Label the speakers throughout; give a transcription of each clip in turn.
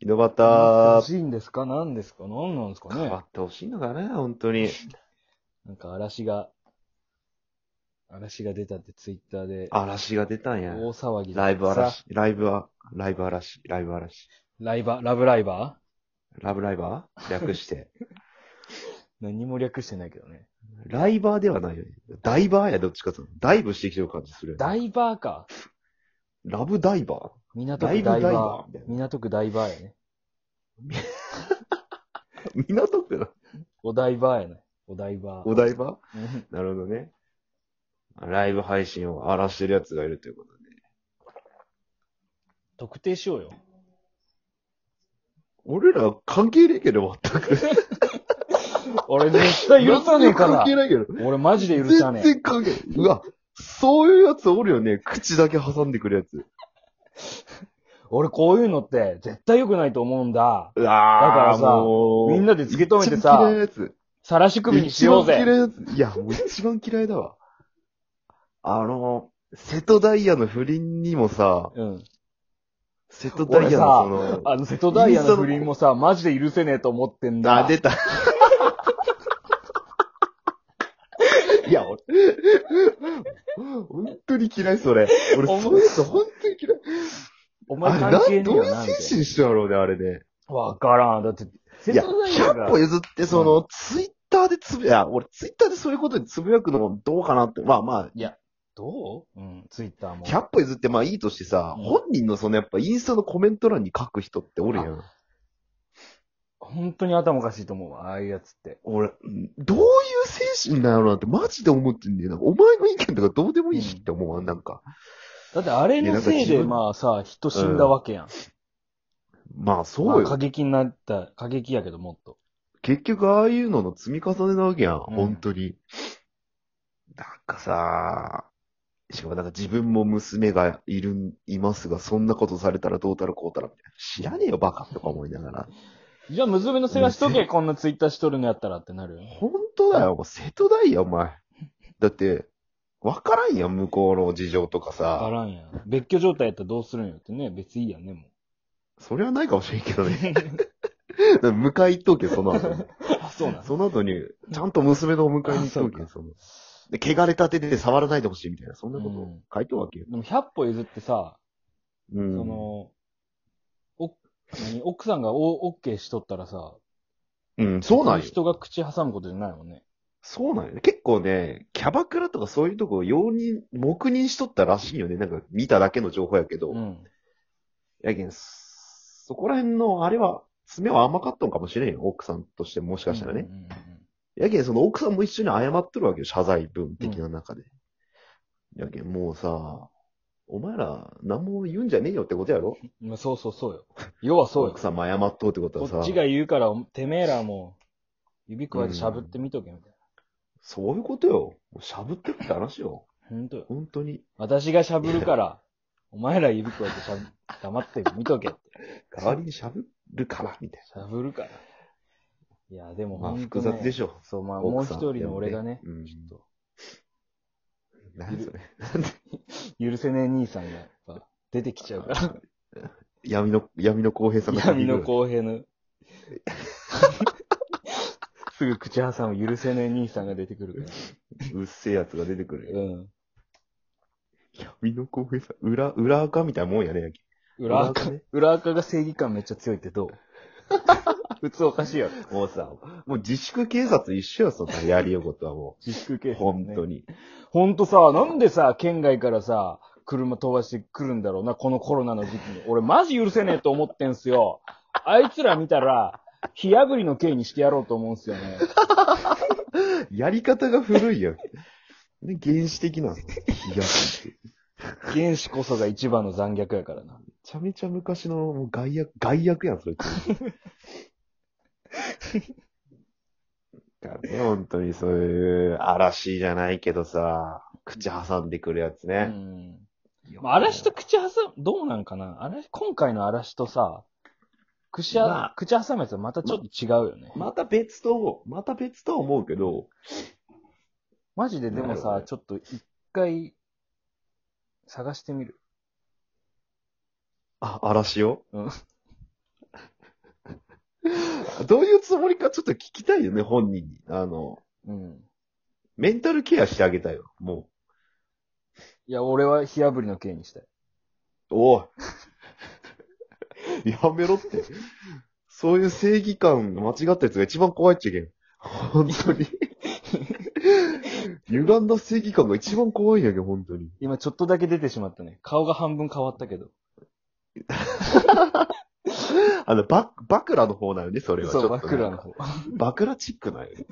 Speaker 1: 井戸端、
Speaker 2: 欲
Speaker 1: 変
Speaker 2: しいんですか何ですか何なんですかね
Speaker 1: わってほしいのかな、本当に。
Speaker 2: なんか嵐が、嵐が出たってツイッターで、
Speaker 1: 嵐が出たんや。
Speaker 2: 大騒ぎだ
Speaker 1: ライブ
Speaker 2: さ
Speaker 1: 嵐、ライブは、ライブ嵐、ライブ嵐。
Speaker 2: ライバー、ラブライバー
Speaker 1: ラブライバー略して。
Speaker 2: 何も略してないけどね。
Speaker 1: ライバーではないよね。ダイバーや、どっちかというと。ダイブしてきてる感じするよね、
Speaker 2: ダイバーか。
Speaker 1: ラブダイバ
Speaker 2: 港
Speaker 1: ライ
Speaker 2: 区
Speaker 1: ブダ
Speaker 2: ダ
Speaker 1: イ
Speaker 2: イ
Speaker 1: バー
Speaker 2: バ
Speaker 1: みたい
Speaker 2: ー。
Speaker 1: な
Speaker 2: 港区ダイバーやね。
Speaker 1: ー 港区の
Speaker 2: お台場やね。お台場。
Speaker 1: お台場
Speaker 2: うん
Speaker 1: なるほどね。ライブ配信を荒らしてる奴がいるということで。
Speaker 2: 特定しようよ。
Speaker 1: 俺ら関係ねえけど、全く。
Speaker 2: 俺絶対許さねえか
Speaker 1: 全然関。
Speaker 2: ら
Speaker 1: 係ないけど。
Speaker 2: 俺マジで許さね
Speaker 1: 全
Speaker 2: え。
Speaker 1: 然関係ない。うわ、そういうやつおるよね。口だけ挟んでくるやつ。
Speaker 2: 俺こういうのって絶対良くないと思うんだ。
Speaker 1: うわー
Speaker 2: だからさ
Speaker 1: もう
Speaker 2: みんなで突き止めてさ
Speaker 1: 一番嫌いなやつ。
Speaker 2: さらし首にしよう
Speaker 1: 一番嫌
Speaker 2: ぜ。
Speaker 1: いなやつ。いや、 もう一番嫌いだわ。あの、瀬戸大也の不倫にもさ、
Speaker 2: うん。
Speaker 1: 瀬戸大也のその、
Speaker 2: あの、瀬戸大也の不倫もさ、マジで許せねえと思ってんだ。
Speaker 1: あ、出 た。いや、俺、本当に嫌い、それ。俺、
Speaker 2: お前
Speaker 1: そういうやつ本当に嫌い。
Speaker 2: お前
Speaker 1: あれ、
Speaker 2: 関係
Speaker 1: な、
Speaker 2: ね
Speaker 1: ど
Speaker 2: え
Speaker 1: う
Speaker 2: よ
Speaker 1: いう
Speaker 2: な、みたい
Speaker 1: 精神してやろうね、あれね。
Speaker 2: な。わからん。だって、瀬
Speaker 1: いや、
Speaker 2: 戸大也
Speaker 1: 100歩
Speaker 2: が、
Speaker 1: 譲って、その、ツイッターでつぶや、いや俺ツイッターでそういうことにつぶやくのもどうかなって、まあまあ、
Speaker 2: どううん、ツイッターも。
Speaker 1: 100歩譲ってまあいいとしてさ、
Speaker 2: うん
Speaker 1: 本人のそのやっぱインスタのコメント欄に書く人っておるやん。
Speaker 2: 本当に頭おかしいと思うわ、ああいうやつって。
Speaker 1: 俺、うんどういう精神なのなんてマジで思ってんだよ。なんかお前の意見とかどうでもいいしって思うわ、なんか。
Speaker 2: だってあれ
Speaker 1: いやな
Speaker 2: の
Speaker 1: んか
Speaker 2: せい
Speaker 1: 自
Speaker 2: で、
Speaker 1: 分
Speaker 2: まあさ、人死んだわけやん。
Speaker 1: まあ
Speaker 2: ま
Speaker 1: そ
Speaker 2: あ
Speaker 1: う
Speaker 2: 過
Speaker 1: よ。
Speaker 2: 激になった、過激やけどもっと。
Speaker 1: 結局ああいうのの積み重ねなわけやん、
Speaker 2: うん
Speaker 1: 本当に。なんかさ、しかもなんか自分も娘がいるん、いますが、そんなことされたらどうたらこうたらみたいな。知らねえよ、バカとか思いながら。
Speaker 2: じゃあ娘の世話しと
Speaker 1: う
Speaker 2: け、こんなツイッターしとるのやったらってなるよ。
Speaker 1: 本当だよ、もう瀬戸大や、お前。だって、わからんやん、向こうの事情とか
Speaker 2: わか
Speaker 1: さ。
Speaker 2: らんやん。別居状態やったらどうするんよってね、別にいいやんね、も
Speaker 1: それはないかもしれんけどね。 迎え行っとけ、その後に。
Speaker 2: う。あ、 そうなん
Speaker 1: その後に、ちゃんと娘のお迎えに行っとけ、
Speaker 2: あ
Speaker 1: その。で、汚れた手で触らないでほしいみたいな、そんなこ
Speaker 2: う
Speaker 1: と
Speaker 2: ん
Speaker 1: 書いとるわけよ。
Speaker 2: でも100歩譲ってさ、
Speaker 1: うん。
Speaker 2: その、お、何奥さんがオッケーしとったらさ、
Speaker 1: うん、そうなんよ。
Speaker 2: 人が口挟むことじゃないもんね。
Speaker 1: そうなんよね。結構ね、キャバクラとかそういうとこを容認、黙認しとったらしいよね。なんか見ただけの情報やけど。
Speaker 2: うん。
Speaker 1: やけん、そこら辺の、あれは、爪は甘かったのかもしれんよ。奥さんとしてもしかしたらね。
Speaker 2: うんうんうん
Speaker 1: やけん、その奥さんも一緒に謝っとるわけよ。謝罪文的な中で。やけん、もうさ、お前ら、何も言うんじゃねえよってことやろ
Speaker 2: うん。まあ、そうそうそうよ。要はそうよ
Speaker 1: 奥。さんも謝っとうってことは
Speaker 2: こっ
Speaker 1: さ
Speaker 2: ち、が言うから、てめえらも、指くわえて喋ってみとけ、みたい
Speaker 1: そういうことよ。しゃぶってるって話よ。
Speaker 2: な。ほんとよ。
Speaker 1: 本当に。
Speaker 2: 私が喋るから、お前ら指くわえてしゃぶ、黙ってみ とけって。
Speaker 1: 代わりにしゃぶるから、みたい
Speaker 2: 喋るから。いや、で
Speaker 1: な。
Speaker 2: も
Speaker 1: まあ、
Speaker 2: ほん
Speaker 1: 複
Speaker 2: とね、
Speaker 1: 雑でしょ。
Speaker 2: そう、まあ、もう
Speaker 1: 奥
Speaker 2: 一
Speaker 1: さん
Speaker 2: 人の俺がね、
Speaker 1: うん
Speaker 2: ちょっ
Speaker 1: 何それ。
Speaker 2: と、許せねえ兄さんが、やっぱ出てきちゃうから。
Speaker 1: 闇の、闇の公平さんが出てく
Speaker 2: 闇
Speaker 1: る
Speaker 2: の公平の。 すぐ口挟む許せねえ兄さんが出てくるか
Speaker 1: うっせえやつが出てくるよ
Speaker 2: ら。。うん。
Speaker 1: 闇の公平さん、裏、裏垢みたいなもんやね、やけ
Speaker 2: 裏
Speaker 1: 裏
Speaker 2: 垢、
Speaker 1: 垢ね
Speaker 2: 裏垢が正義感めっちゃ強いってどう 普通おかしいや
Speaker 1: ん
Speaker 2: ろ。
Speaker 1: もうさ、もう自粛警察一緒や、そんなやりようことはも
Speaker 2: 自粛
Speaker 1: う。
Speaker 2: 警察、ね。
Speaker 1: 本当に。
Speaker 2: ほんとさ、なんでさ、県外からさ、車飛ばしてくるんだろうな、このコロナの時期に。俺マジ許せねえと思ってんすよ。あいつら見たら、火炙りの刑にしてやろうと思うんすよね。
Speaker 1: やり方が古いやん。ね、原始的なの。い や、め
Speaker 2: 原始こそが一番の残虐やからな。
Speaker 1: ちゃめちゃ昔のもう外役、外役やん、それって。だね、本当にそういう嵐じゃないけどさ、口挟んでくるやつ
Speaker 2: う
Speaker 1: ね。
Speaker 2: ん。まあ、嵐と口挟む、どうなんかな嵐、今回の嵐とさ、口,、
Speaker 1: まあ
Speaker 2: 口挟むやつはまたちょっと違うよね。
Speaker 1: また別と、また別とは思うけど、
Speaker 2: マジででも
Speaker 1: なるほ
Speaker 2: さ
Speaker 1: ど、
Speaker 2: ちょっと一回、探してみる。
Speaker 1: あ、嵐を
Speaker 2: うん
Speaker 1: どういうつもりかちょっと聞きたいよね、本人に。あの、
Speaker 2: うん。
Speaker 1: メンタルケアしてあげたいよ、も
Speaker 2: いや、俺は火炙りの刑にしたい。
Speaker 1: う。おい。 やめろって。そういう正義感が間違ったやつが一番怖いっちゃいけん。本当 に。歪んだ正義感が一番怖いんやけど、本当に。
Speaker 2: 今ちょっとだけ出てしまったね。顔が半分変わったけど。
Speaker 1: あの、ババクラの方なよね、それは。
Speaker 2: そう、
Speaker 1: ちょっとね
Speaker 2: 枕の方。
Speaker 1: バクラチックなんよね。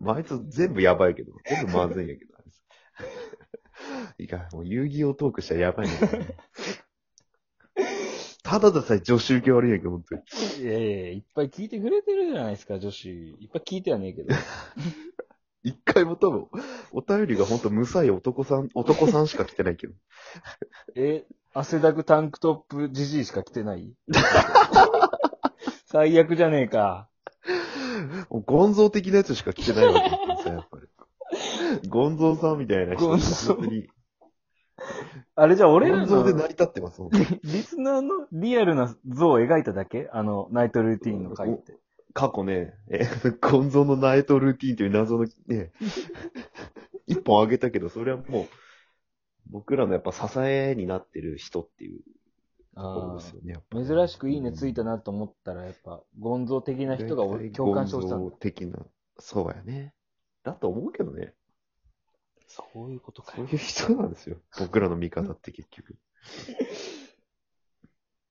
Speaker 1: まあ、あいつ全部やばいけど、全部まずいんやけど。あいついいか、もう遊戯王トークしたらやばいんだけどね。ただでさえ助手受け悪いんやけど、本当に。
Speaker 2: いやいやいやいっぱい聞いてくれてるじゃないですか、女子。いっぱい聞いてはねえけど。
Speaker 1: 一回も多分、お便りが本当無さい男さん、男さんしか来てないけど。
Speaker 2: え、汗だくタンクトップじじいしか着てない 最悪じゃねえか。
Speaker 1: もうゴンゾー的なやつしか来てないわけですよ、やっぱり。ゴンゾーさんみたいな人、
Speaker 2: ゴンゾー
Speaker 1: 本当に。
Speaker 2: あれじゃあ
Speaker 1: ゴ
Speaker 2: 俺ら
Speaker 1: ンゾーで成
Speaker 2: の
Speaker 1: り立ってます、本当に
Speaker 2: リスナーのリアルな像を描いただけあの、ナイトルーティーンの回って。
Speaker 1: 過去ね、え、ゴンゾーのナイトルーティーンという謎のね、一本あげたけど、それはもう、僕らのやっぱ支えになってる人っていうところ
Speaker 2: あ
Speaker 1: ですよね、やっぱ
Speaker 2: ー珍しくいいねついたなと思ったら、やっぱ、ゴンゾー的な人が俺共感してほしい
Speaker 1: ゴンゾー的な、そうやね。だと思うけどね。
Speaker 2: そういうことか
Speaker 1: そういう人なん ですよ。僕らの味方って結局。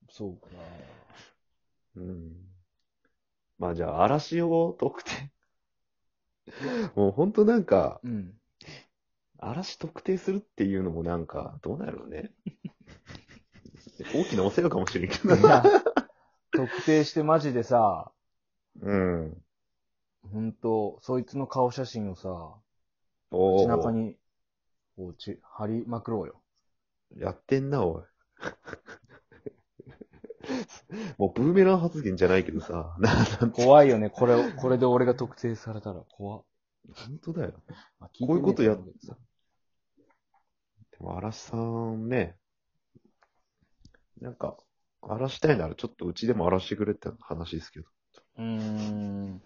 Speaker 2: そうかな。
Speaker 1: うん。まあじゃあ、嵐を特定。 もうほんとなんか、
Speaker 2: うん。
Speaker 1: 嵐特定するっていうのもなんか、どうなんやろうね。大きなお世話かもしれんけど
Speaker 2: い。や特定してマジでさ、
Speaker 1: うん。
Speaker 2: ほんと、そいつの顔写真をさ、
Speaker 1: お
Speaker 2: 背中
Speaker 1: ー
Speaker 2: に、こう、ち、貼りまくろうよ。
Speaker 1: やってんな、おい。 もうブーメラン発言じゃないけどさ、な、なんて、
Speaker 2: 怖いよね、これを、 これで俺が特定されたら怖っ。
Speaker 1: 本当だよ。
Speaker 2: まあ
Speaker 1: こういうことやっ
Speaker 2: 聞てねえと思うけどさ
Speaker 1: でも、嵐さんね、なんか、嵐したいならちょっとうちでも嵐してくれって話ですけど。
Speaker 2: うーん。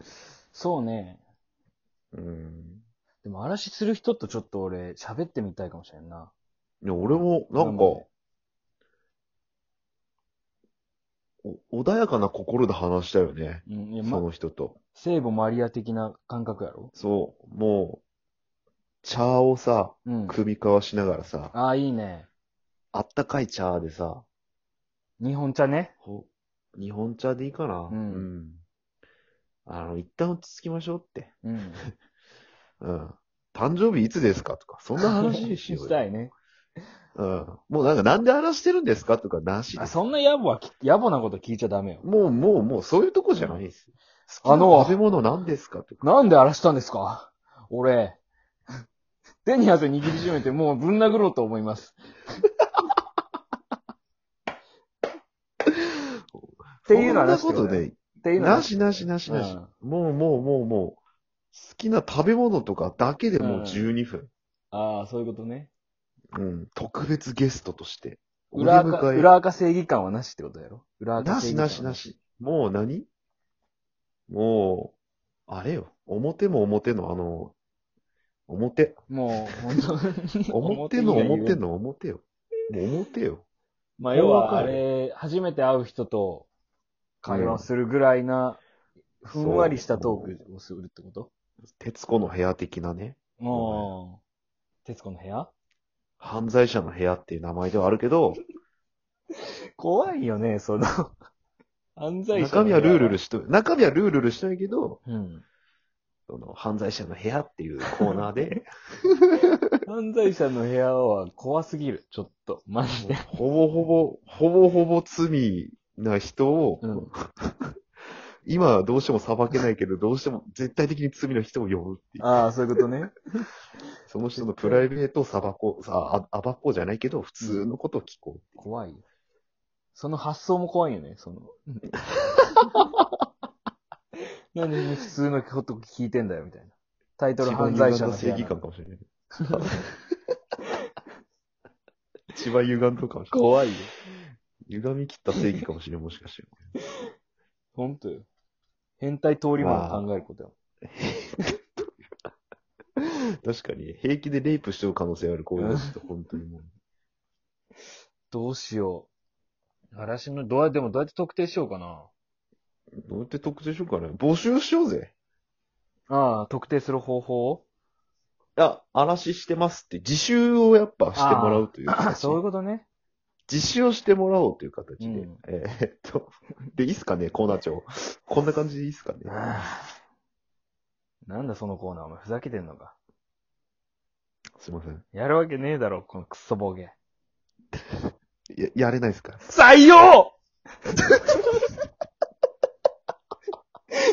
Speaker 2: そうね。
Speaker 1: うん。
Speaker 2: でも、嵐する人とちょっと俺、喋ってみたいかもしれんな。
Speaker 1: いや、俺も、なんか、お穏やかな心で話したよね。
Speaker 2: うん、いや、
Speaker 1: そ
Speaker 2: ま、
Speaker 1: の人と。
Speaker 2: 聖母マリア的な感覚やろ
Speaker 1: そう、もう、茶をさ、
Speaker 2: うん。
Speaker 1: 首交わしながらさ、
Speaker 2: ああ、いいね。
Speaker 1: あったかい茶でさ、
Speaker 2: 日本茶ね。
Speaker 1: ほ日本茶でいいかな。
Speaker 2: うん
Speaker 1: あの、一旦落ち着きましょうって。
Speaker 2: うん。
Speaker 1: うん。誕生日いつですかとか、そんな話しようよ。
Speaker 2: したいね。
Speaker 1: うん。もうなんか、なんで話してるんですかとか、なしで
Speaker 2: あ
Speaker 1: す
Speaker 2: そんな野暮はき、野暮なこと聞いちゃダメよ。
Speaker 1: もう、もう、もう、そういうとこじゃないです。好
Speaker 2: あ
Speaker 1: きな
Speaker 2: の
Speaker 1: 食べ物なんですかとか。
Speaker 2: なんで荒らしたんですか俺。手に汗握りしめてもうぶん殴ろうと思い ます。っていうのは
Speaker 1: そんなことね、
Speaker 2: っていうのは
Speaker 1: なしなしなしなし。
Speaker 2: うん
Speaker 1: もう、もう、もう、もう、好きな食べ物とかだけでもう12分。
Speaker 2: ああ、そういうことね。
Speaker 1: うん。特別ゲストとして。お出
Speaker 2: 裏垢、
Speaker 1: 迎え。
Speaker 2: 裏垢正義感はなしってことやろ裏垢
Speaker 1: な
Speaker 2: 正
Speaker 1: し
Speaker 2: 義感は
Speaker 1: なしな。し。もう何もう、あれよ。表も表のあの、表。
Speaker 2: もう、本当に。
Speaker 1: 表の
Speaker 2: 表以外
Speaker 1: 表
Speaker 2: 言う。
Speaker 1: の表よ。もう表よ。
Speaker 2: まあ、要は、あれ、初めて会う人と会話をするぐらいな、ふんわりしたトークをするってこと
Speaker 1: 徹子の部屋的なね。
Speaker 2: もう、徹子の部屋
Speaker 1: 犯罪者の部屋っていう名前ではあるけど、
Speaker 2: 怖いよ ね、その、犯罪者。
Speaker 1: 中身はルールル
Speaker 2: し。
Speaker 1: しと、中身はルールルしといけど、
Speaker 2: うん。
Speaker 1: その犯罪者の部屋っていうコーナー で、
Speaker 2: 犯罪者の部屋は怖すぎる、ちょっと。マジで。
Speaker 1: ほぼほぼ、ほぼほぼ罪な人を、
Speaker 2: うん
Speaker 1: 今はどうしても裁けないけど、どうしても絶対的に罪の人を呼ぶっていう。
Speaker 2: ああ、そういうことね。
Speaker 1: その人のプライベートを裁こう、さあ、暴こうじゃないけど、普通のことを聞こ
Speaker 2: 怖いよ。その発想も怖いよね、そ の。なんで普通のこと聞いてんだよ、みたいな。タイ
Speaker 1: う。
Speaker 2: トル犯罪者
Speaker 1: 一番歪んだ
Speaker 2: の部
Speaker 1: 正
Speaker 2: 屋
Speaker 1: 義感かもしれない。 一番歪んどるかもしれない。
Speaker 2: 怖いよ。
Speaker 1: 歪み切った正義かもしれん、もしかして。
Speaker 2: ほんとよ。変態通り魔を考えることよ。
Speaker 1: 確かに、平気でレイプしちゃう可能性ある、こういうのちょっと本当にもう。
Speaker 2: どうしよう。嵐の、どうや、でもどうやって特定しようかな。
Speaker 1: どうやって特定しようかね。募集しようぜ。
Speaker 2: ああ、特定する方法を
Speaker 1: あ、嵐してますって、自習をやっぱしてもらうという
Speaker 2: ああ
Speaker 1: 形。
Speaker 2: そういうことね。
Speaker 1: 自習をしてもらおうという形で。
Speaker 2: うん
Speaker 1: えーっと、で、いいっすかね、コーナー長。こんな感じでいいっすかね。
Speaker 2: なんだそのコーナー、お前ふざけてんのか。
Speaker 1: すいません。
Speaker 2: やるわけねえだろ、このクソボケ。
Speaker 1: や、やれないっすか
Speaker 2: 採 用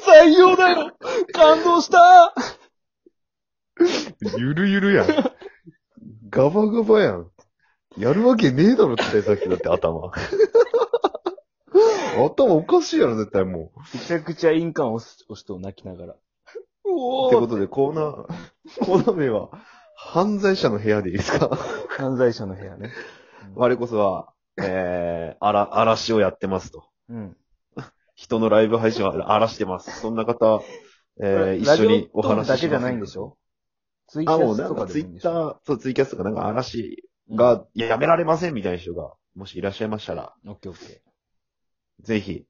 Speaker 2: 採用だよ感動した
Speaker 1: ゆるゆるやん。ガバガバやん。やるわけねえだろ、絶対さっきだって頭。 頭おかしいやろ、絶対もう。
Speaker 2: めちゃくちゃ印鑑押す、押しと泣きながら。お
Speaker 1: ってことで、コーナー、コーナー名は、犯罪者の部屋でいいですか
Speaker 2: 犯罪者の部屋ね。
Speaker 1: 我こそは、えー、あら、嵐をやってますと。
Speaker 2: うん。
Speaker 1: 人のライブ配信は荒らしてます。そんな方、えー、一緒にお話ししま
Speaker 2: だ
Speaker 1: す
Speaker 2: けじゃないんでしょツイッタ
Speaker 1: あ、もう
Speaker 2: ー
Speaker 1: な
Speaker 2: と
Speaker 1: ん
Speaker 2: か
Speaker 1: かツ
Speaker 2: でもい
Speaker 1: イ
Speaker 2: いんで
Speaker 1: ッ
Speaker 2: し
Speaker 1: タ
Speaker 2: ょ
Speaker 1: ー、そう、ツイキャスとかなんか嵐が、いや、やめられませんみたいな人が、もしいらっしゃいましたら、
Speaker 2: オッケーオッケ
Speaker 1: ぜひ、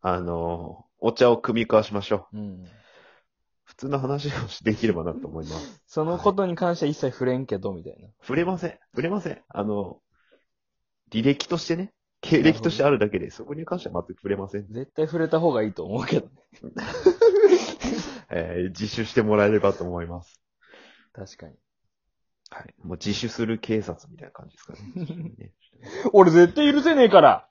Speaker 1: あのーお茶を組み交わしましょう。
Speaker 2: ー。うん。
Speaker 1: 普通の話をしできればなと思い ます。
Speaker 2: そのことに関しては一切触れんけど、みたいな。
Speaker 1: 触れません。触れません。あの、履歴としてね、経歴としてあるだけで、そこに関しては全く触れま せん。
Speaker 2: 絶対触れた方がいいと思うけどね。
Speaker 1: えー自首してもらえればと思います。
Speaker 2: 確かに。
Speaker 1: はい。もう自首する 警察みたいな感じですかね。ね
Speaker 2: 俺絶対許せねえから